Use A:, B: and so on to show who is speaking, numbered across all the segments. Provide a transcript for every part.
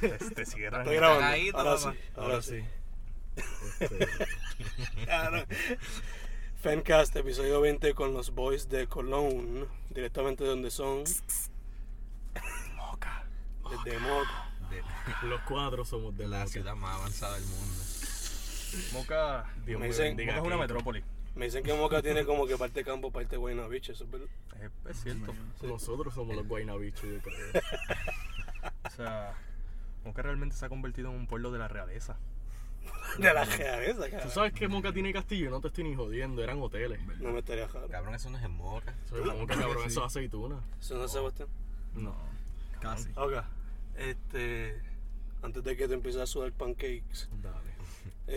A: Te, te sigue
B: Estoy
A: rango.
B: grabando.
C: Cagadito,
B: ahora
C: papá.
B: sí, ahora sí.
D: Este,
B: Ahora- Fencast, episodio 20 con los boys de Cologne, directamente de donde son,
A: Moca.
B: desde Moco.
C: De,
D: los cuadros somos de
C: de la
D: Moca.
C: ciudad más avanzada del mundo.
A: Moca,
D: Dios
B: Me
D: me
B: dicen-
A: Moca
D: bendiga.
A: es una
D: aquí.
A: metrópoli.
B: Me dicen que Moca tiene como que parte campo, parte Guaynabich, eso es verdad.
A: Es, es cierto.
D: Nosotros somos los guaynabichos, yo creo.
A: O sea, Moca realmente se ha convertido en un pueblo de la realeza.
B: De la realeza,
D: Tú
B: cara.
D: sabes que Moca tiene castillo, no te estoy ni jodiendo, eran hoteles.
B: No me estaría jaro.
C: Cabrón, eso no es en Moca.
D: Soy Moca, cabrón, eso es aceituna.
B: Eso no es Sebastián.
D: No.
C: Casi.
B: Ok, este. Antes de que te empieces a sudar pancakes,
D: Dale.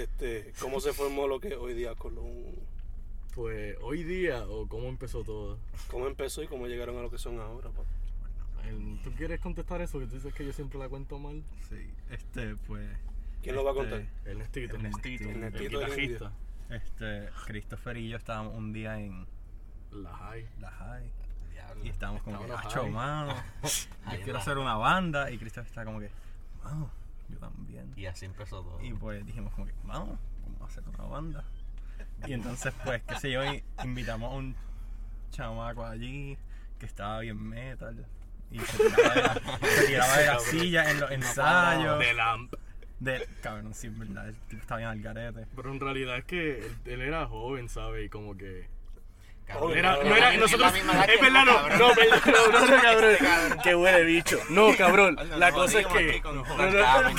B: este, ¿cómo se formó lo que es hoy día Colón?
D: Pues hoy día, o cómo empezó todo.
B: ¿Cómo empezó y cómo llegaron a lo que son ahora? pa?
D: El- ¿Tú quieres contestar eso? Que tú dices que yo siempre la cuento mal.
E: Sí, este, pues.
B: ¿Quién lo va a
E: este,
B: contar?
D: Ernestito.
A: Ernestito, el
B: Ernestito del
A: guitarrista.
E: Este, Christopher y yo estábamos un día en
D: La high.
E: la high
C: Diablo.
E: y estábamos como que,
D: Estábamos en la
E: "Acho,
D: high".
E: mano,
C: Ahí
E: yo
C: en
E: quiero
C: la
E: hacer una banda. Y Christopher está como que, mano, yo también.
C: Y así empezó todo.
E: Y pues dijimos como que, vamos, vamos a hacer una banda. Y entonces pues, qué sé yo, y invitamos a un chamaco allí que estaba bien metal. Y se tiraba de la, se tiraba de la silla en los ensayos.
D: De Lamp.
E: De, cabrón, sí, en verdad, el tipo está bien al garete.
D: Pero en realidad es que él, él era joven, ¿sabes? Y como que.
C: Cabrón,
D: Era-
C: cabrón,
D: no era,
C: es la
D: nosotros.
C: misma edad
D: Es
C: que
D: verdad,
C: Moca,
D: no.
C: cabrón.
D: No, verdad, no, no, no, cabrón. Que huele bicho. No, cabrón.
C: Ay, no,
D: La
C: no,
D: cosa es
C: digamos
D: que.
C: aquí con
D: No, no,
C: Juan
D: no,
C: Carmen.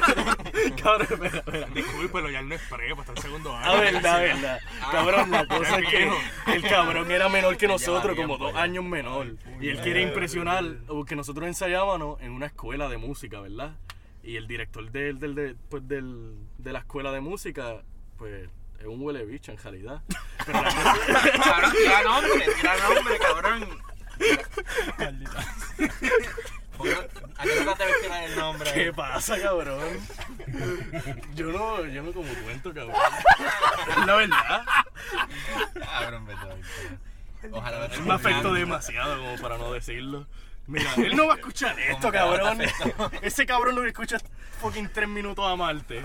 D: cabrón. Cabrón, espera, espera.
A: Disculpenlo, ya él no es prepa, está en segundo año.
D: Ah, verdad, verdad. Cabrón, la cosa es que
A: viejo.
D: el cabrón era menor que nosotros,
C: bien,
D: como dos
C: pues.
D: años menor. Y él quería impresionar, porque nosotros ensayábamos en una escuela de música, ¿verdad? Y el director del, del, de- pues, del- de la escuela de música, pues es un huele bicho en realidad. Pero la cosa-
C: Cabrón, tira nombre, tira nombre, cabrón.
E: Maldita.
C: Ponga- ¿A qué no te ves tirar el nombre?
D: ¿Qué pasa, cabrón? Yo no, yo no como cuento, cabrón. Es la verdad.
C: Cabrón, perdón. Ojalá
D: Él me afectó demasiado como para no decirlo. Mira, él no va a escuchar esto,
C: Como que ahora
D: cabrón.
C: te
D: Ese cabrón lo que escucha fucking tres minutos a Marte.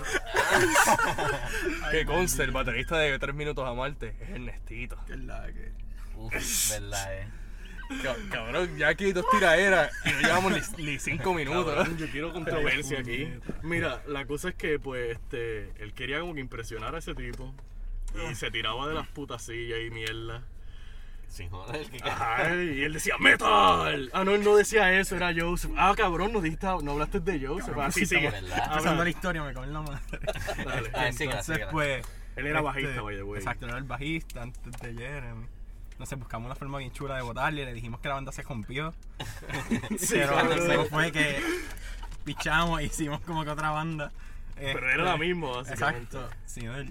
A: Que conste, el baterista de 3 minutos a Marte es Ernestito.
E: Qué la que.
C: Uf, verdad, eh.
D: Ah,
A: Ca- Cabrón, ya aquí hay dos tiraderas y no llevamos ni 5 minutos.
D: Cabrón, yo quiero controversia aquí. Mira, la cosa es que, pues, este, él quería como que impresionar a ese tipo. Y se tiraba de las putas sillas y mierda.
C: Sin joder, que
D: Ay, y él decía metal. Ah, no, él no decía eso, era Joseph. Ah, cabrón, no, dijiste, no hablaste de Joseph. Ah, sí, sigue.
C: ¿Verdad?
D: Ah,
E: Pasando la historia, me cago en la madre.
D: dale.
C: Ah, sí,
E: Entonces,
C: gracias,
E: pues.
D: Él era bajista, by the way.
E: Exacto, era el bajista antes de Jeremy. No sé, buscamos una forma bien chula de votarle, le dijimos que la banda se rompió.
D: Sí,
E: pero
D: cabrón.
E: luego fue que pichamos e hicimos como que otra banda.
D: Pero
E: Este,
D: era la misma, básicamente.
E: Exacto, sí, él.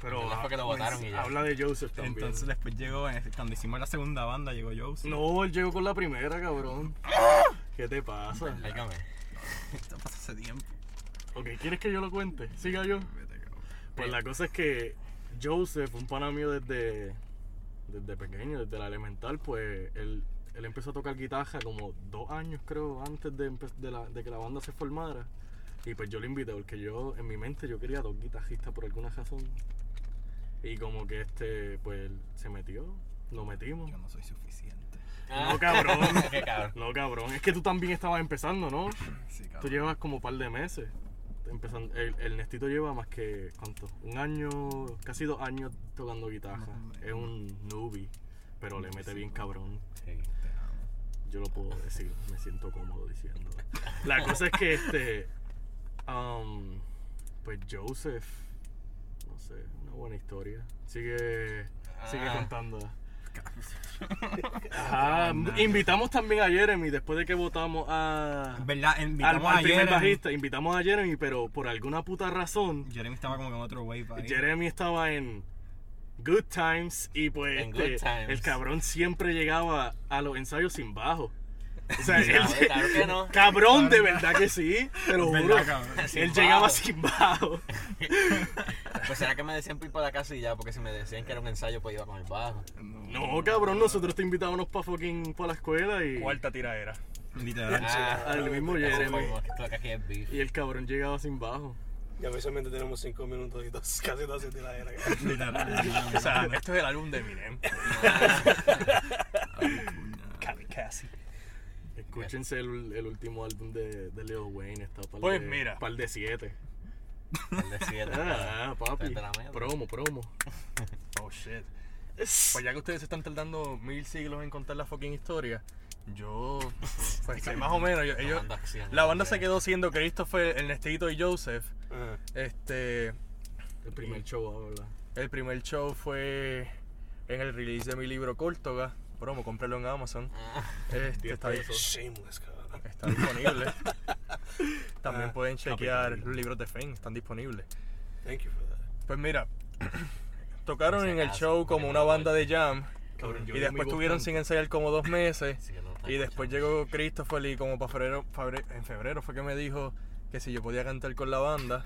D: Pero ah,
C: Verdad fue que lo votaron y ya.
D: habla de Joseph también.
E: Entonces después llegó, eh, cuando hicimos la segunda banda, llegó Joseph.
D: No, él llegó con la primera, cabrón. ¿Qué te pasa?
C: Explícame.
E: Esto pasó hace tiempo.
D: Ok, ¿quieres que yo lo cuente? Siga yo.
E: Vete, cabrón.
D: Pues la cosa es que Joseph, un pana mío desde, desde pequeño, desde la elemental, pues él, él empezó a tocar guitarra como dos años, creo, antes de, empe- de la- de que la banda se formara. Y pues yo lo invité porque yo, en mi mente, yo quería dos guitarristas por alguna razón. Y como que este, pues él se metió, lo metimos.
E: Yo no soy suficiente.
D: No, cabrón.
C: Qué cabrón.
D: No, cabrón, es que tú también estabas empezando, ¿no?
E: Sí,
D: Tú
E: cabrón.
D: llevas como un par de meses. Empezando, el, el Nestito lleva más que, ¿cuánto? Un año, casi dos años tocando guitarra.
E: Más o menos.
D: Es un newbie, pero le mete bien cabrón.
C: Sí.
E: Te amo.
D: Yo lo puedo decir, me siento cómodo diciendo. La cosa es que este, um, pues Joseph, no sé, una buena historia. Sigue, sigue
C: Ah.
D: contándola. Ajá, Ah, invitamos también a Jeremy después de que votamos a
E: En verdad,
D: al,
E: invitamos
D: al
E: a
D: primer
E: Jeremy.
D: bajista, invitamos a Jeremy, pero por alguna puta razón,
E: Jeremy estaba como que en otro wave ahí.
D: Jeremy estaba en Good Times y pues
C: En
D: este,
C: Good Times.
D: el cabrón siempre llegaba a los ensayos sin bajo. O sea, él-
C: Claro, claro que no.
D: cabrón, de verdad que sí, te lo juro.
E: ¿Verdad, cabrón?
C: Sin
D: Él
C: bajo.
D: llegaba sin bajo.
C: Pues será que me decían pipa de la casa y ya, porque si me decían que era un ensayo, pues iba con el bajo.
D: No, cabrón, nosotros te invitábamos para fucking para la escuela y
A: Cuarta tiradera.
E: Literal.
C: Ah,
D: al mismo Jeremy.
C: Lo que aquí es beef.
D: Y el cabrón llegaba sin bajo.
B: Y a veces solamente tenemos 5 minutos y dos, casi dos de la era.
E: Literal.
A: O sea, esto es el álbum de Eminem.
B: Casi, casi.
D: Escúchense el, el último álbum de, de Lil Wayne. Está par
A: Pues
D: de,
A: mira.
D: Par de siete.
C: El de siete.
D: Ah, papi.
C: Te la meto.
D: Promo, promo.
A: Oh shit. Pues ya que ustedes se están tardando mil siglos en contar la fucking historia, yo. Pues que más o menos. yo- ellos,
C: Tomando acción.
A: la banda se quedó siendo Christopher, Ernestito y Joseph.
B: Ajá.
A: Este.
D: El primer show ahora.
A: El primer show fue en el release de mi libro Córtoga. Promo, cómpralo en Amazon. Este, está, dis-
B: Shameless, cabrón.
E: Este.
A: está disponible. También
B: Ah,
A: pueden chequear los libros de Fame, están disponibles.
B: Thank you for that.
A: Pues mira, tocaron
C: Ese
A: en el
C: caso,
A: show como una banda de jam
D: Cabrón, yo
A: y
D: vi mi
A: después
D: voz
A: estuvieron
D: tanto.
A: sin ensayar como dos meses.
C: Sí, que no está
A: Y después llegó Christopher y como para febrero, fabre- en febrero fue que me dijo que si yo podía cantar con la banda.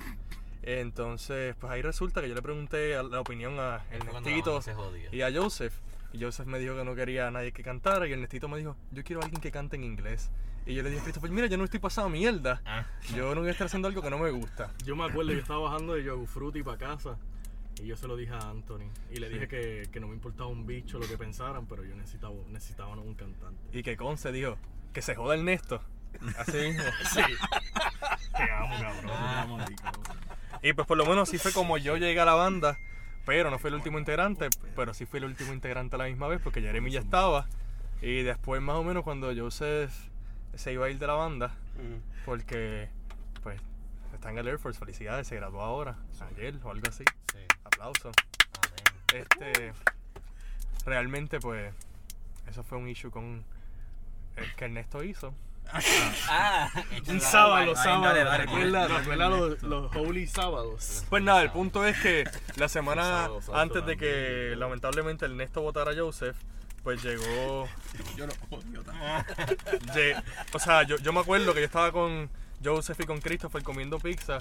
A: Entonces, pues ahí resulta que yo le pregunté a- la opinión a
C: Ahí fue cuando la
A: Ernestito
C: banda se jodió.
A: y a Joseph. Y Joseph me dijo que no quería a nadie que cantara y Ernestito me dijo, yo quiero a alguien que cante en inglés. Y yo le dije a Christopher, mira, yo no estoy pasando mierda.
C: Ah.
A: Yo no voy a estar haciendo algo que no me gusta.
D: Yo me acuerdo, yo estaba bajando de Yogu Frutti para casa y yo se lo dije a Anthony. Y le dije que, que no me importaba un bicho lo que pensaran, pero yo necesitaba, necesitaba un cantante.
A: Y que Conce dijo, que se joda Ernesto. Así mismo.
D: Te amo,
C: Ah,
D: cabrón.
E: Vamos, cabrón.
A: Y pues por lo menos así fue como yo llegué a la banda, pero no fui el último integrante, pero sí fui el último integrante a la misma vez porque Jeremy ya estaba. Y después más o menos cuando Joseph se iba a ir de la banda,
B: Mm.
A: porque pues está en el Air Force, felicidades, se graduó ahora, ayer o algo así.
C: Sí.
A: Aplauso.
C: Amén.
A: Este, realmente pues eso fue un issue con el que Ernesto hizo.
C: Ah,
D: Un sábado,
E: Ay,
D: sábado.
E: dale, dale,
D: Recuerda,
E: dale,
D: recuerda
E: dale,
D: los, los Holy Sábados.
A: Pues nada, el punto es que la semana
D: Sábado, sábado,
A: antes de que
D: también.
A: lamentablemente Ernesto votara a Joseph, pues llegó
E: Yo lo odio también.
A: Ye- o sea, yo, yo me acuerdo que yo estaba con Joseph y con Christopher comiendo pizza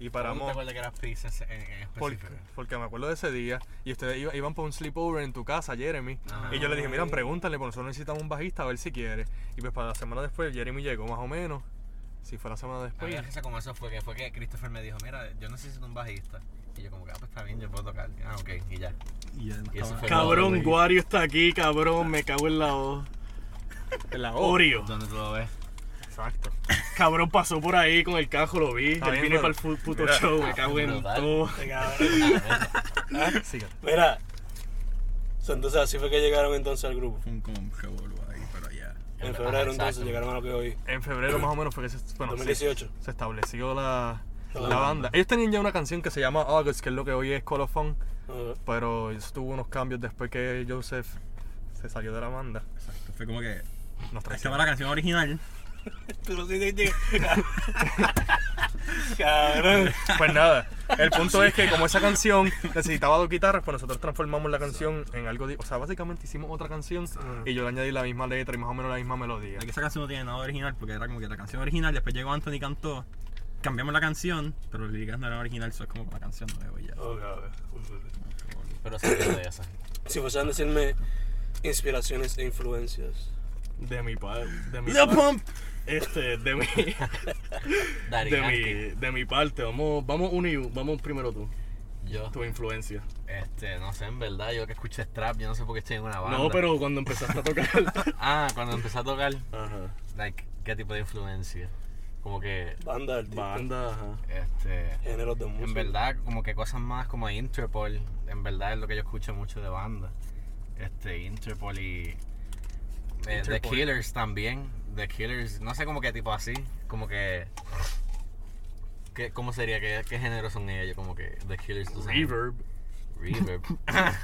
A: y
C: ¿Cómo te
A: paramos
C: acuerdas que eras pizza en, en- en
A: por-
C: específico?
A: porque me acuerdo de ese día y ustedes iba- iban por un sleepover en tu casa, Jeremy.
D: Ah.
A: Y yo le dije, miren, pregúntale, porque nosotros necesitamos un bajista a ver si quiere. Y pues para la semana después, Jeremy llegó más o menos. Si fue la semana
C: La
A: después.
C: verdad que como eso fue que fue que Christopher me dijo, mira, yo necesito un bajista. Y yo como que, ah, pues está bien, yo puedo tocar. Ah, ok, y ya.
E: Y él no
C: Y eso
E: estaba-
C: fue
D: Cabrón,
C: todo,
D: Wario está aquí, cabrón. Me cago en la O.
A: En la O.
D: Oreo.
E: ¿Dónde tú lo ves?
A: Exacto.
D: Cabrón pasó por ahí con el cajo, lo vi.
A: Está
D: Él
A: bien,
D: vino
A: pero-
D: para el fu- puto
A: Mira.
D: show. Me cago en
C: Brutal.
D: todo.
B: Te cabrón.
A: Sigue.
B: Mira. So, Entonces así fue que llegaron entonces al grupo.
E: Fue un como un revolú ahí, pero allá.
B: En
C: Ajá,
B: febrero entonces
C: exacto.
B: llegaron a lo que hoy.
A: En febrero más o menos fue que se, bueno, se-
B: 2018.
A: se estableció la, la
B: La banda.
A: banda. Ellos tenían ya una canción que se llama August, que es lo que hoy es Colofón.
B: Ajá.
A: pero eso tuvo unos cambios después que Joseph se salió de la banda.
E: Exacto. Fue como que.
A: Nos
E: Esta
A: traicionó.
E: va la canción original.
B: Pero sí, sí, sí. Cabrón.
A: Pues nada, el punto es que como esa canción necesitaba dos guitarras, pues nosotros transformamos la canción en algo... di- O sea, básicamente hicimos otra canción y yo le añadí la misma letra y más o menos la misma melodía.
E: que esa canción no tiene nada original porque era como que la canción original, después llegó Anthony y cantó, cambiamos la canción, pero las líricas no eran original, eso es como la canción nueva y ya.
B: Oh, cabrón.
C: Pero se quedó de eso.
B: Si fuesen a decirme inspiraciones e influencias.
D: De mi padre. De mi
E: The
D: pa-
E: Pump!
D: Este, de mi.
C: Daddy
D: de,
C: Yankee.
D: mi, de mi parte, vamos, vamos uno y uno. vamos primero tú,
C: Yo,
D: tu influencia.
C: este, no sé, en verdad, yo que escuché trap, yo no sé por qué estoy en una banda.
D: No, pero cuando empezaste a tocar.
C: Ah, cuando empecé a tocar,
D: ajá.
C: like, ¿qué tipo de influencia? Como que,
B: Banda, artista.
D: Banda, ajá.
C: este,
B: Géneros de música.
C: en verdad, como que cosas más como Interpol, en verdad es lo que yo escucho mucho de banda. Este, Interpol y eh, The
A: Interpol.
C: Killers también. The Killers, no sé como que tipo así, como que... ¿qué- ¿Cómo sería? ¿Qué, ¿Qué género son ellos? Como que The Killers. tú sabes.
D: Reverb.
C: Reverb.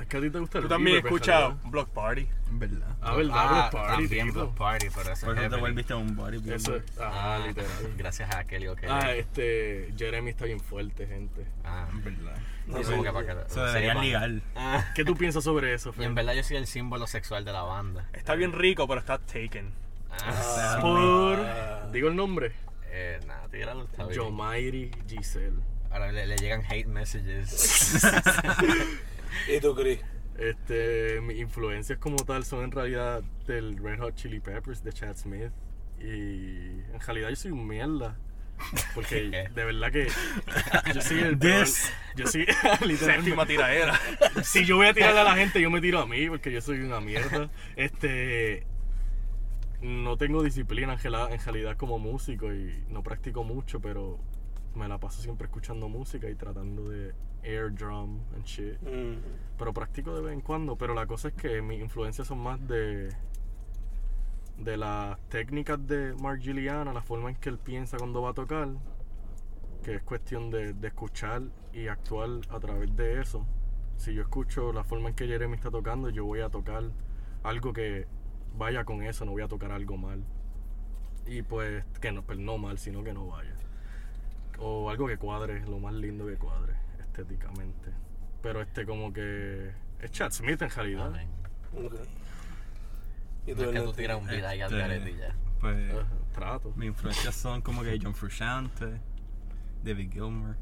D: Es que a ti te gusta el
A: Tú también
D: reverb,
A: escuchas
D: ¿verdad?
A: Block Party.
E: En verdad.
D: Ah, pues, verdad, Block Party,
C: También
D: tipo.
C: Block Party, pero eso
E: Por
C: es
E: eso te
C: heavy.
E: volviste un bodybuilder.
D: Eso, ajá,
C: Ah,
D: literal.
C: Gracias a Kelly O'Kelly.
D: Ah, este, Jeremy está bien fuerte, gente.
C: Ah,
E: En verdad.
B: No
C: yo
B: sé.
C: como que para que lo-
E: Eso
C: lo
E: deberían
C: sepan.
E: ligar.
C: Ah,
D: ¿Qué tú piensas sobre eso,
C: Y en
D: Fer?
C: verdad yo soy el símbolo sexual de la banda.
A: Está bien rico, pero está taken.
C: Ah,
D: Por, digo el nombre,
C: eh, nada, tíralo, ah. está bien.
D: Yomairi Giselle.
C: Ahora le, le llegan hate messages.
B: ¿Y tú, Chris?
D: Este, mis influencias como tal son en realidad del Red Hot Chili Peppers de Chad Smith. Y en realidad yo soy un mierda. Porque de verdad que yo soy el peor-
E: This-
D: Yo soy
A: Séptima
D: literalmente.
A: tiradera.
D: Si yo voy a tirarle a la gente, yo me tiro a mí porque yo soy una mierda. Este. No tengo disciplina en gela- en realidad como músico y no practico mucho, pero me la paso siempre escuchando música y tratando de air drum and shit.
B: Mm.
D: Pero practico de vez en cuando. Pero la cosa es que mis influencias son más de. de las técnicas de Mark Giuliano, la forma en que él piensa cuando va a tocar. Que es cuestión de, de escuchar y actuar a través de eso. Si yo escucho la forma en que Jeremy está tocando, yo voy a tocar algo que vaya con eso, no voy a tocar algo mal. Y pues, que no, pero no mal, sino que no vaya. O algo que cuadre, lo más lindo que cuadre, estéticamente. Pero este como que... Es Chad Smith en realidad.
C: Amén.
B: Ok. ¿Y
C: No es que tú
B: Ernesto?
C: tiras un beat ahí al
E: Este-
C: garete y ya.
E: Pues
C: Ah.
D: Ajá, trato.
E: mis influencias son como que John Frusciante, David Gilmour,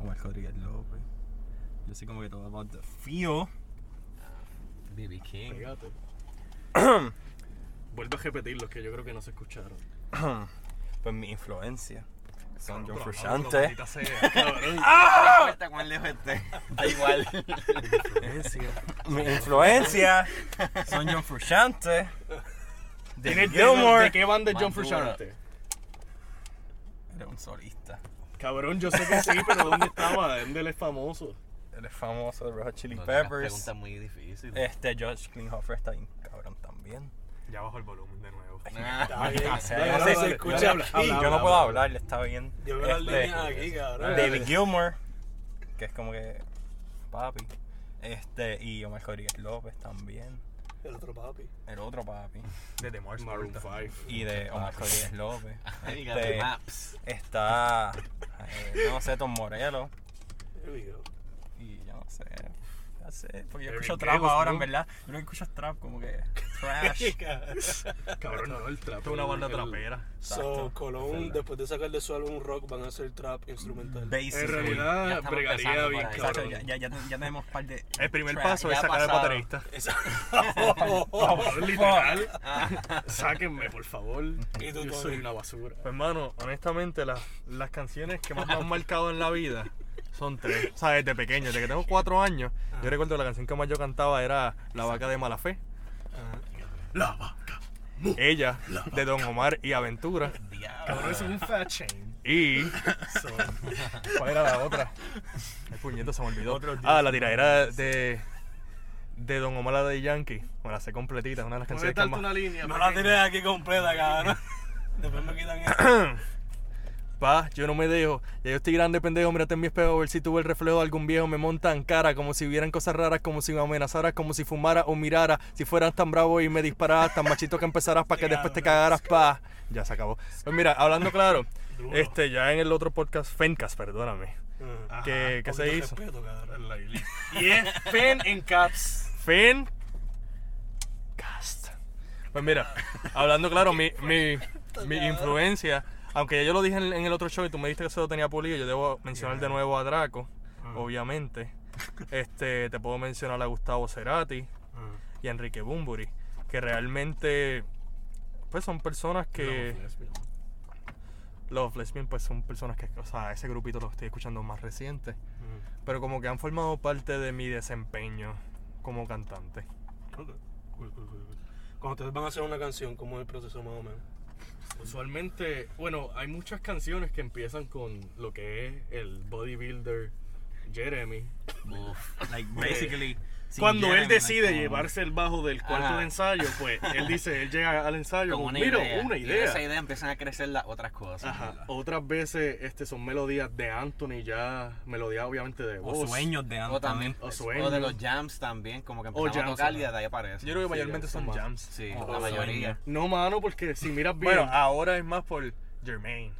E: Omar Rodríguez López. Yo soy como que todo about the feel.
C: BB King.
D: Fíjate. Vuelvo a repetir los que yo creo que no se escucharon.
E: Pues mi influencia son John
A: Pero,
E: Frusciante.
A: maldita sea.
D: Cabrón.
C: No importa cuán lejos esté. Da igual.
E: Mi influencia son John Frusciante, David
D: ¿Tienes de-
E: Gilmour.
D: ¿De qué banda es John
C: Más dura.
D: Frusciante?
E: Era un solista.
D: Cabrón, yo sé que sí, pero ¿dónde estaba? ¿Dónde él es famoso?
E: Él es famoso de Red Hot Chili
C: No, una
E: Peppers.
C: pregunta muy difícil.
E: Este Josh Klinghoffer está bien cabrón también.
A: Ya bajo el volumen de nuevo.
E: Eh,
C: Ah,
B: Está bien.
E: O sea,
B: Dale,
E: yo no
B: dale,
E: sé-
B: se escucha.
E: yo-
B: Habla,
E: sí,
B: habla,
E: yo
B: habla,
E: no puedo
B: habla.
E: hablar, está bien.
B: Yo veo las
E: Este,
B: líneas aquí, cabrón.
E: David Gilmour, que es como que papi. Este, y Omar Rodríguez López también.
B: El otro papi.
E: El otro papi.
A: Desde Mars.
D: Maroon
A: ahorita.
D: 5.
E: Y de Omar Rodríguez López.
C: Ahí got
E: Este,
C: the maps.
E: está. eh, no sé, Tom Morello.
B: Here we go.
E: Y yo no sé. No sé, porque yo
D: Eric
E: escucho trap
D: Gales,
E: ahora,
D: ¿no?
E: en verdad. Yo lo que escucho es trap, como que trash.
D: Cabrón, no, el trap.
A: Esto es una banda
D: el-
A: trapera.
B: So,
E: Exacto,
B: Colón,
E: verdad.
B: después de sacar de su álbum rock, van a hacer trap instrumental.
E: Basic.
D: En
C: Ya
D: realidad,
C: estamos
D: bregaría
C: empezando
D: bien,
C: por ahí.
E: Exacto,
D: cabrón.
E: ya, ya, ya, ya tenemos par de.
A: El primer
E: trap.
A: paso
C: ya
A: es sacar al
C: pasado.
A: baterista.
D: Cabrón, literal. Sáquenme, por favor.
B: Y tú,
D: Yo
B: Tony.
D: soy una basura.
A: Pues, hermano, honestamente, las, las canciones que más me han marcado en la vida son tres. O sea, desde pequeño, desde que tengo cuatro años, yo recuerdo la canción que más yo cantaba era La vaca de mala fe.
D: La vaca.
A: Ella, de Don Omar y Aventura.
D: Cabrón, eso es un fat chain.
A: Y. ¿Cuál era la otra? El puñeto se me olvidó. Ah, la tiradera de. De Don Omar la de Yankee. Me la sé completita, es una de las canciones
D: Puedes
A: que
D: darte
A: más.
D: una línea.
B: No la
D: pequeña.
B: tienes aquí completa, cabrón. Después me quitan eso.
A: Pa, yo no me dejo. Ya yo estoy grande, pendejo. Mírate en mi espejo. A ver si tuve el reflejo de algún viejo. Me montan cara. Como si vieran cosas raras. Como si me amenazaras. Como si fumara o mirara. Si fueras tan bravo y me dispararas. Tan machito que empezaras. Para que después te cagaras. Pa. Ya se acabó. Pues mira, hablando claro. Este, ya en el otro podcast. Fencas, perdóname.
B: Ajá,
A: ¿Qué, qué se
B: poquito
A: hizo?
B: respeto, cabrón.
D: Y es pen en caps.
A: Fin. Cast. Pues mira, hablando claro, mi, mi, mi influencia, aunque ya yo lo dije en, en el otro show y tú me dijiste que se lo tenía pulido, yo debo mencionar de nuevo a Draco, obviamente. Este, te puedo mencionar a Gustavo Cerati y a Enrique Bumburi, que realmente pues son personas que los lesbian pues son personas que, o sea, ese grupito lo estoy escuchando más reciente, pero como que han formado parte de mi desempeño como cantante.
B: Ok. Cool, cool, cool, cool. Cuando ustedes van a hacer una canción, ¿cómo es el proceso más o menos?
D: Usualmente, bueno, hay muchas canciones que empiezan con lo que es el bodybuilder Jeremy.
C: Uf.
E: Like, basically. sin
D: Cuando
E: Jeremy,
D: él decide
E: like, como-
D: llevarse el bajo del cuarto
C: Ajá.
D: de ensayo, pues él dice, él llega al ensayo
C: Con
D: como,
C: una
D: "Mira,
C: idea.
D: una
C: Y
D: idea.
C: de esa idea empiezan a crecer las otras cosas.
D: Ajá. Otras veces este, son melodías de Anthony ya, melodías obviamente de voz.
E: O sueños de antes.
C: O también.
D: O
C: O de
D: sueños.
C: los jams también. Como
D: O
C: que empezamos a
D: jams,
C: tocar y de
D: ajá.
C: ahí aparece.
A: Yo creo que
D: mayormente
A: mayormente
D: son
A: son jams.
C: Sí,
E: O
C: la
E: sueños.
C: mayoría.
D: No, mano, porque si miras bien,
A: Bueno, ahora es más por Jermaine.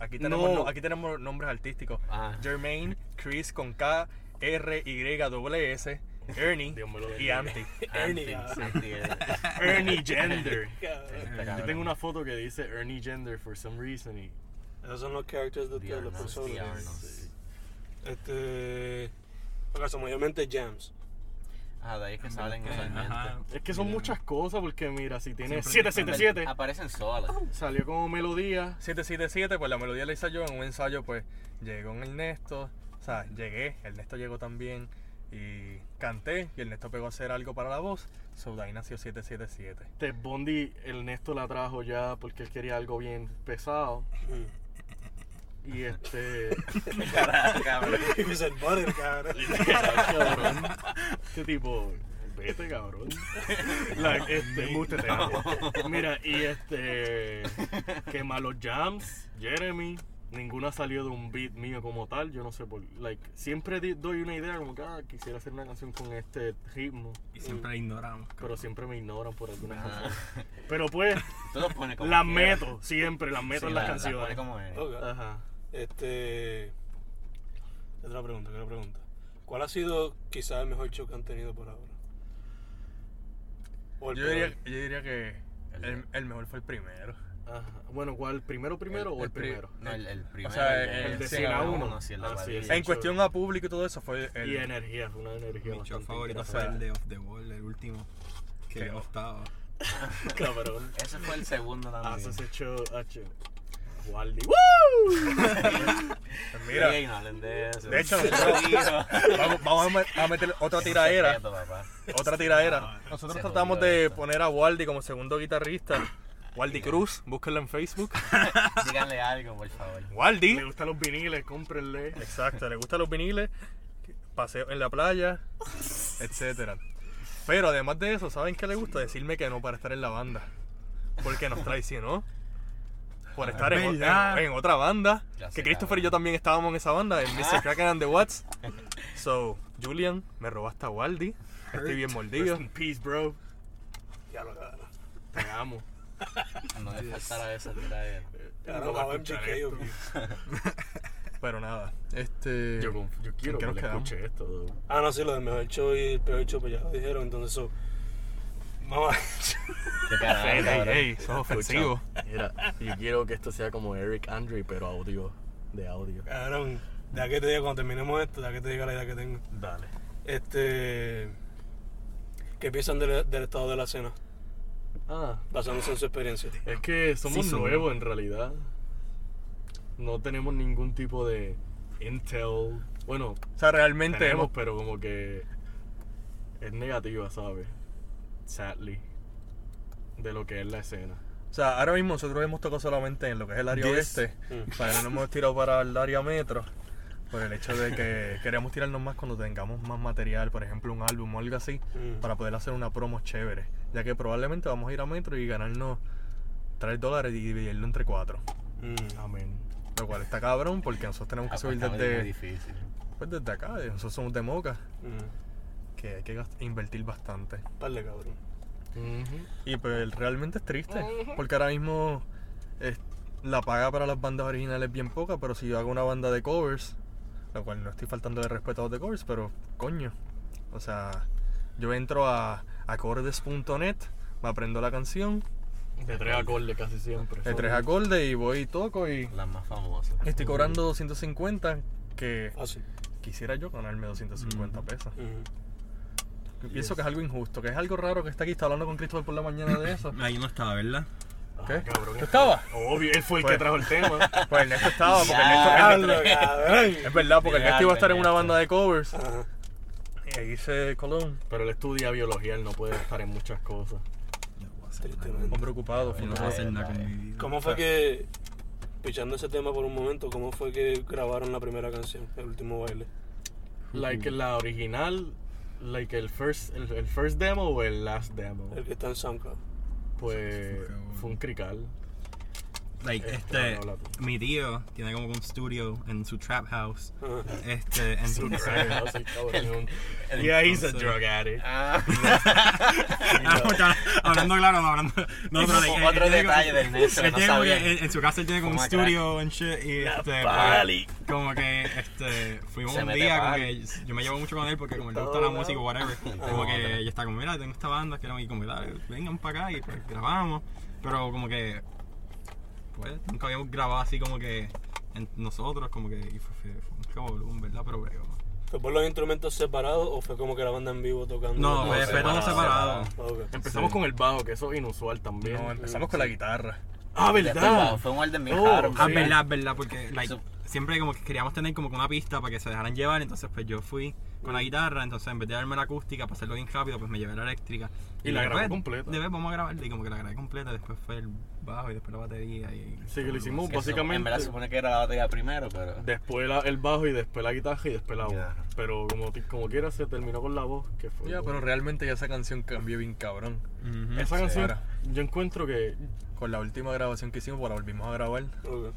A: Aquí tenemos,
D: No. Ah.
A: no- aquí tenemos nombres artísticos.
C: Ajá.
A: Jermaine, Chris con K, R, Y, W, S, Ernie
D: Dios me lo
A: y
D: bendiga.
A: Anti.
C: Ah,
B: Ernie,
C: Antes,
B: cabrón.
C: antes.
D: Ernie Gender.
B: Cabrón.
C: Eh.
D: Yo tengo una foto que dice Ernie Gender for some reason y
B: Esos son los characters de
C: The
B: ustedes, los
C: Arnolds, The
B: personajes.
C: Arnolds.
B: Este. Acá son mayormente jams.
C: Ajá, de ahí es que salen
E: Ajá.
C: usualmente.
D: Es que son
E: Mira.
D: muchas cosas, porque mira, si tienes
E: Siempre
D: 777,
C: Aparecen solas.
D: salió como melodía.
A: 777, pues la melodía la hice yo en un ensayo, pues llegó en Ernesto, o sea, llegué, Ernesto llegó también y canté y Ernesto pegó a hacer algo para la voz, so de ahí nació 777.
D: Te Bondi, el Néstor la trajo ya porque él quería algo bien pesado. Y este.
C: Cabrón.
B: He was a butter, cabrón.
D: cabrón. Este tipo. Vete, cabrón. La, este, embústete. Mira, y este. Que malos jams, Jeremy. Ninguna salió de un beat mío como tal. Yo no sé por. Like, siempre di- doy una idea como que ah, quisiera hacer una canción con este ritmo.
E: Y siempre la ignoramos.
D: Pero siempre me ignoran por alguna razón. Pero pues,
C: Tú lo pones Ah. como.
D: las
C: quieras.
D: meto, siempre, las meto
C: Sí,
D: en las
C: la- la
D: canciones.
C: pones como es.
B: Oh, God.
D: Ajá.
B: Este. Otra pregunta, otra pregunta. ¿Cuál ha sido quizás el mejor show que han tenido por ahora? O el
A: Yo
B: peor.
A: diría, yo diría que el, el mejor fue el primero.
D: Ajá. Bueno, ¿cuál? ¿Primero, primero o el,
A: el pri-
D: primero?
C: No, el, el primero.
A: sea,
C: el,
A: el de
C: sí,
A: cien a
C: cabrón,
D: uno.
C: no, sí, el de
D: Ah, sí,
C: Valdivia.
D: el-
A: En cuestión a público y todo eso fue el...
D: Y energía, fue una energía.
E: Mi show
D: bastante
E: favorito
D: interesante.
E: fue el de Off the Wall, el último. Que
A: Qué
E: yo
A: off.
E: estaba.
D: Cabrón.
C: Ese fue el segundo también.
D: Hace ese show, hacho. Waldi. ¡Woo!
A: Mira,
C: Sí, no hablen de eso.
A: De hecho,
C: Eso
A: nosotros-
C: digo.
A: vamos, vamos a me- a meter otra
C: Eso es
A: tiraera.
C: secreto, papá.
A: Otra tiraera. Nosotros
C: Se
A: tratamos
C: jodió
A: de
C: esto.
A: poner a Waldi como segundo guitarrista. Waldi Cruz, búsquenlo en Facebook.
C: Díganle algo, por favor.
A: Waldi.
D: Le gustan los viniles, cómprenle.
A: Exacto, le gustan los viniles, paseo en la playa, etcétera. Pero además de eso, ¿saben qué le gusta? Decirme que no para estar en la banda. Porque nos traicionó. Por estar en, o- en-
E: verdad.
A: en otra banda.
C: Ya sé,
A: Que Christopher y yo
C: cabrón.
A: también estábamos en esa banda, en Mr. Kraken and the Watts. So, Julian, me robaste a Waldi. Estoy bien mordido.
D: Rest in peace, bro.
B: Ya lo cagaron.
D: Te amo.
C: No le faltara esa tiraera.
B: Cagaron
D: No va
B: a
D: a
B: OMG
D: escuchar
B: que yo-
A: Pero nada, este.
D: Yo, conf- yo
A: ¿en
D: quiero
A: qué
D: que
A: nos
D: le
A: quedamos?
D: escuche esto, dude.
B: Ah, no, sí, lo del mejor show y el peor show, pues ya lo dijeron, entonces eso. Mamá.
C: Qué carajo,
A: Ey, ey,
C: cabrón.
A: ey, eso es ofensivo.
D: Mira, yo quiero que esto sea como Eric Andre, pero audio. De audio.
B: Cabrón, de que te diga cuando terminemos esto, de que te diga la idea que tengo.
D: Dale.
B: Este. ¿Qué piensan del, del estado de la cena?
D: Ah.
B: Basándose en su experiencia.
D: Es que somos
E: Sí, somos.
D: nuevos en realidad. No tenemos ningún tipo de intel. Bueno,
A: O sea, realmente
D: tenemos,
A: hemos
D: pero como que es negativa, ¿sabes? Sadly. De lo que es la escena.
A: O sea, ahora mismo nosotros hemos tocado solamente en lo que es el área
E: Yes.
A: oeste.
B: Mm.
A: O sea, no nos hemos tirado para el área metro. Por el hecho de que queremos tirarnos más cuando tengamos más material, por ejemplo, un álbum o algo así,
B: Mm.
A: para poder hacer una promo chévere. Ya que probablemente vamos a ir a metro y ganarnos 3 dólares y dividirlo entre 4.
B: Mm.
D: Amén.
A: Lo cual está cabrón porque nosotros tenemos que
C: Ah,
A: subir
C: pues, cabrón, es muy
A: desde,
C: difícil.
A: pues, desde acá. eh, Nosotros somos de Moca,
B: Mm.
A: que hay que gast- invertir bastante.
B: Par de cabrón.
A: Y pues realmente es triste, porque ahora mismo es- la paga para las bandas originales es bien poca, pero si yo hago una banda de covers, lo cual no estoy faltando de respeto a los de covers, pero coño. O sea, yo entro a acordes.net, me aprendo la canción,
D: De tres acordes casi siempre.
A: de tres acordes y voy y toco y
C: Las más famosas.
A: estoy cobrando 250 que
B: Fácil.
A: quisiera yo ganarme 250 pesos.
B: Mm.
A: Yo Pienso que es algo injusto, que es algo raro que está aquí, está hablando con Cristóbal por la mañana de eso.
E: Ahí no estaba, ¿verdad?
A: ¿Qué?
D: Ah, cabrón. este
A: ¿Tú estabas?
D: Obvio, él fue el que
A: Pues-
D: trajo el tema.
A: Pues Ernesto estaba, porque Ernesto,
B: Diablo, cabrón.
A: Es verdad, porque el
C: Legal,
A: Néstor iba a estar en una
C: Ernesto.
A: banda de covers.
B: Ajá.
A: Y ahí se Colón.
D: Pero él estudia biología, él no puede estar en muchas cosas.
E: No voy a hacer nada.
B: Tristemente.
A: Hombre ocupado.
E: Yo no voy a hacer nada con mi vida.
B: ¿Cómo fue que, pichando ese tema por un momento, cómo fue que grabaron la primera canción, el último baile?
D: Like la original, like el first, el, el first demo o el last demo.
A: Eh,
B: El que está en SoundCloud.
D: Pues
E: Fue un-
D: fue un crical.
E: Like,
D: Este,
E: este,
D: habla tú.
E: mi tío tiene como un estudio en su trap house.
B: Ajá.
E: Este, en su
D: Yeah, he's a
E: entonces-
D: drug addict.
C: Ah,
E: Ah, hablando claro, no hablando. No, pero like,
C: Otro
E: él tiene
C: detalle
E: como-
C: del Néstor,
E: él
C: no
E: tiene como que
C: sabía.
E: en, en su casa él tiene como un
C: Fuma
E: estudio and shit y este
C: pali.
E: pues, como que este fuimos
C: Se
E: un
C: mete
E: día como
C: pali.
E: que yo me llevo mucho con él porque como él le gusta la
B: Hola.
E: música o whatever como que
C: Otra.
E: ella está como mira tengo esta banda que era y como "Dale, vengan para acá y pues grabamos pero como que pues nunca habíamos grabado así como que en- nosotros como que y fue, fue, fue un revolú, en ¿verdad? Pero brego.
B: ¿Fue por los instrumentos separados o fue como que la banda en vivo tocando?
E: No, fue, fue todo
C: separado.
E: separado.
B: Ok.
D: Empezamos con el bajo, que eso es inusual también.
A: No, pues, empezamos con la guitarra.
D: ah, ¿verdad?
F: Fue un orden bien
D: Oh,
F: raro.
E: Ah,
D: Sí.
E: verdad, verdad, porque like,
F: Eso-
E: siempre como que queríamos tener como que una pista para que se dejaran llevar, entonces pues yo fui con la guitarra, entonces en vez de darme la acústica para hacerlo bien rápido, pues me llevé la eléctrica.
D: Y la grabé
E: después,
D: completa.
E: De vez vamos a grabarla y como que la grabé completa, después fue el bajo y después la batería y...
D: Sí, que lo hicimos
F: Eso, En
D: básicamente
F: verdad se supone que era la batería primero, pero.
D: después la- el bajo y después la guitarra y después la voz.
C: Ya.
D: Pero como, ti- como quiera se terminó con la voz, que fue...
A: Ya, pero realmente ya esa canción cambió bien cabrón.
E: Ujú.
D: Esa canción,
A: Ahora.
D: yo encuentro que
A: Con la última grabación que hicimos, pues la volvimos a grabar.
B: Ok.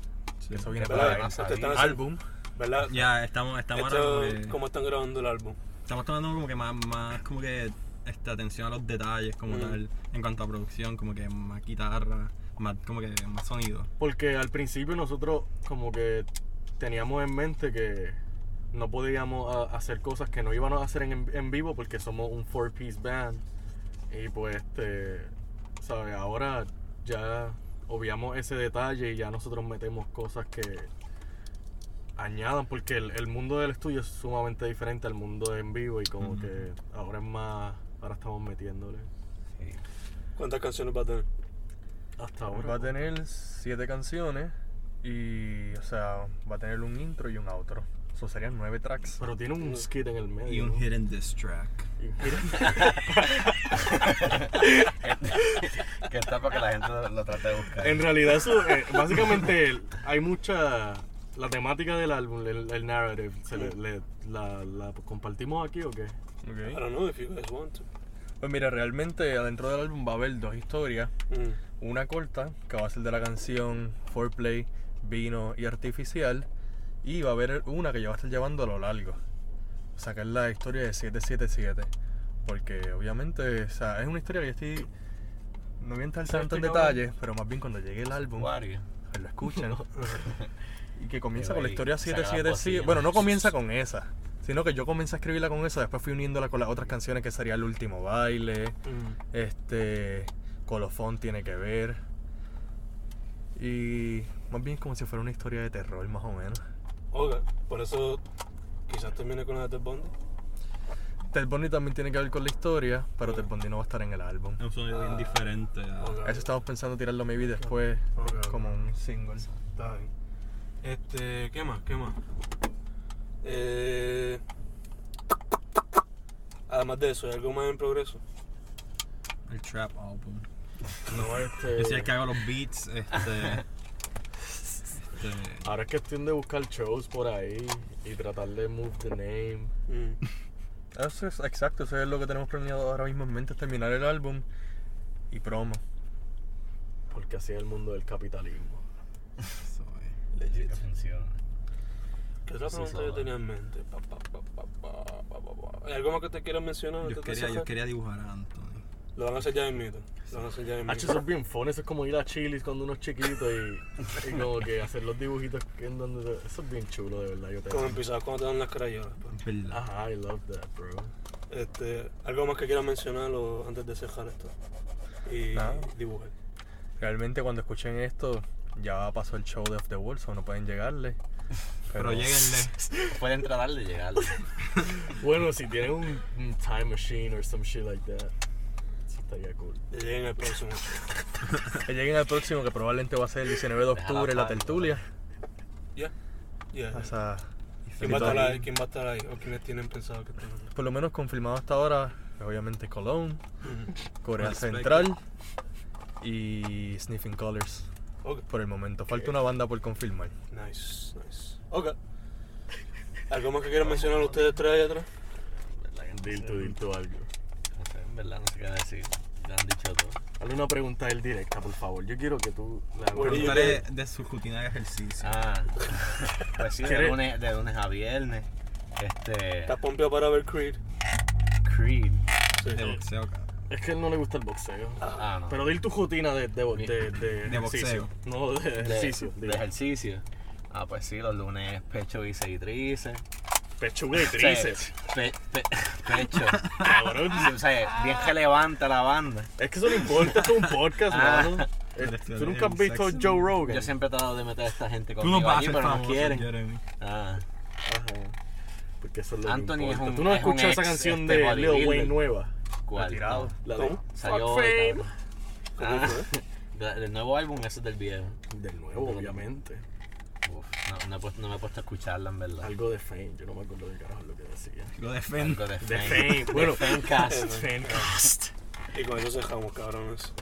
A: que Eso viene
B: Pero,
A: para
B: eh,
A: el
B: ustedes están haciendo-
A: álbum.
B: ¿Verdad?
E: Ya, estamos, estamos ahora
B: Esto-
E: como que-
B: ¿Cómo están grabando el álbum?
E: Estamos tomando como que más, más como que esta atención a los detalles como
B: Mm.
E: tal, en cuanto a producción, como que más guitarra, más como que más sonido.
D: Porque al principio nosotros como que teníamos en mente que no podíamos a- hacer cosas que no íbamos a hacer en, en vivo porque somos un four piece band. Y pues este, ¿sabes? Ahora ya obviamos ese detalle y ya nosotros metemos cosas que añadan porque el, el mundo del estudio es sumamente diferente al mundo en vivo y como
E: Ujú.
D: que ahora es más, ahora estamos metiéndole
B: ¿Cuántas canciones va a tener?
D: hasta
A: Va
D: ahora.
A: a tener siete canciones y, o sea, va a tener un intro y un outro. Eso serían nueve tracks.
D: Pero tiene un skit en el medio.
E: Y un
D: ¿no?
E: hit and diss track.
D: Y un hit.
C: que está para que la gente lo, lo trate de buscar.
D: En realidad, eso, eh, básicamente, el- hay mucha. La temática del álbum, el, el narrative, se le- le- la, la compartimos aquí o qué?
B: I
A: Ok.
B: don't know if you guys want to.
A: Pues mira, realmente adentro del álbum va a haber dos historias.
B: Mm.
A: Una corta, que va a ser de la canción Foreplay, Vino y Artificial. Y va a haber una que yo voy a estar llevando a lo largo. O sea, que es la historia de 777. Porque obviamente, o sea, es una historia que yo estoy. No voy a entrar tanto en detalles, pero más bien cuando llegue el álbum,
C: Wario.
A: que lo escuchen. y que comienza
C: Pero
A: con la
C: ahí
A: historia
C: se acaba
A: 777.
C: bocina.
A: Bueno, no comienza con esa, sino que yo comencé a escribirla con esa, después fui uniéndola con las otras canciones que sería El último baile. Este. Colofón tiene que ver. Y. Más bien como si fuera una historia de terror, más o menos.
B: Ok, por eso quizás termine con la de Ted Bundy.
A: Ted Bundy también tiene que ver con la historia, pero Ted Bundy no va a estar en el álbum.
E: Es un sonido bien diferente. a-
B: Ah. Ok.
A: Eso estamos pensando tirarlo maybe después,
B: Ok, ok.
A: como un single.
B: Está bien. Este, ¿qué más? ¿Qué más? Eh, además de eso, ¿hay algo más en progreso?
E: El trap album.
D: No, este.
E: Yo soy el que hago los beats, este. este
D: Ahora es cuestión de buscar shows por ahí y tratar de move the name.
B: Mm.
A: Eso es exacto, eso es lo que tenemos planeado ahora mismo en mente: es terminar el álbum y promo.
D: Porque así es el mundo del capitalismo.
E: eh.
C: Legit. Funciona.
B: ¿Qué otra pregunta yo tenía en mente? Pa, pa, pa, pa, pa, pa, pa, pa. ¿Hay algo más que te quieras mencionar?
E: yo,
B: antes de
E: quería, yo
B: cerrar?
E: quería dibujar a Anthony.
B: Lo van a hacer ya en mito. Lo van a hacer ya en
D: Hacho, eso es bien fun, eso es como ir a Chili's cuando uno es chiquito y, y como que hacer los dibujitos que en donde. Eso es bien chulo, de verdad. Yo
B: Como
D: te
B: empezar cuando te dan las crayolas. pues.
E: Es verdad.
D: Ajá, I love that, bro.
B: Este, ¿Algo más que quieras mencionar o- antes de cerrar esto? Y
A: Nada.
B: dibujar.
A: Realmente, cuando escuchen esto, ya pasó el show de Off the Wall, so no pueden llegarle.
E: Pero lleguenle.
C: Pueden tratar de llegarle.
D: Bueno, si tienen un, un time machine or some shit like that, eso estaría cool.
B: Que Lleguen al próximo.
A: Que lleguen al próximo, que probablemente va a ser el 19 de
C: Déjala
A: octubre, la
C: pan,
A: tertulia.
B: ¿Ya? Ya.
A: O sea,
B: ¿Quién, va a estar ahí? ¿Quién va a estar ahí? ¿O quiénes tienen pensado que están
A: por lo menos confirmado hasta ahora, obviamente Colón, Corea
E: Respecto.
A: Central y Sniffing Colors.
B: Ok.
A: Por el momento, falta una banda por confirmar.
B: Nice, nice. Ok. ¿Algo más que quieran mencionar ustedes tres allá atrás?
C: ¿Verdad que no sé?
D: Dil tú, dil tú algo.
C: No sé, en verdad no sé qué decir. Ya han dicho todo.
D: Hazle una pregunta a él directa, por favor. Yo quiero que tú le hagas
B: Bueno,
D: una-
B: yo-
E: Preguntaré de su rutina de ejercicio.
C: Ah, pues sí, de
D: ¿Quieres?
C: lunes, de lunes a viernes. Este.
B: ¿Estás pompeado para ver Creed?
C: Creed.
B: Sí.
E: De boxeo, cabrón.
D: Es que a él no le gusta el boxeo.
C: Ah, no.
D: Pero dil tu rutina de, de, de, de
E: De boxeo.
D: ejercicio. No, de
C: De-
D: ejercicio.
C: De,
D: dile.
C: ejercicio. Ah, pues sí, los lunes pecho, bíceps y tríceps.
D: Pechuga y
C: O sea,
D: tríceps.
C: pe- pe- pecho.
D: Cabrón.
C: O sea, bien que levanta la banda.
D: Es que eso no importa, esto es un podcast,
C: Ah.
D: mano.
E: Pero
D: Tú
E: es
D: nunca has
E: un
D: visto
E: sexo.
D: Joe Rogan.
C: Yo siempre he tratado de meter a esta gente
E: Tú
C: conmigo
E: no vas a
C: allí,
E: ser
C: pero no
E: famoso,
C: quieren.
E: Jeremy.
C: Ah,
D: Ajá. Porque eso es lo que
C: Anthony es
D: importa.
C: un-
D: Tú no has
C: es un
D: escuchado
C: ex,
D: esa canción
C: este,
D: de Leo
C: bodybuilder.
D: Wayne nueva.
C: ¿Cuál?
G: Retirado.
C: No.
B: La
D: ¿Cómo?
B: de-
C: Salió
D: Fuck
C: hoy,
D: fame.
C: cabrón. Ah, del nuevo álbum, eso es del viejo.
D: Del nuevo, obviamente.
C: Uf, no, no, he puesto- no me he puesto a escucharla, en verdad.
D: Algo de Fame, yo no me acuerdo del carajo lo que decía.
E: Lo defiendo.
C: Algo de
D: De
C: Fame.
D: Fame, bueno.
C: Famecast.
B: Y con eso dejamos, cabrones.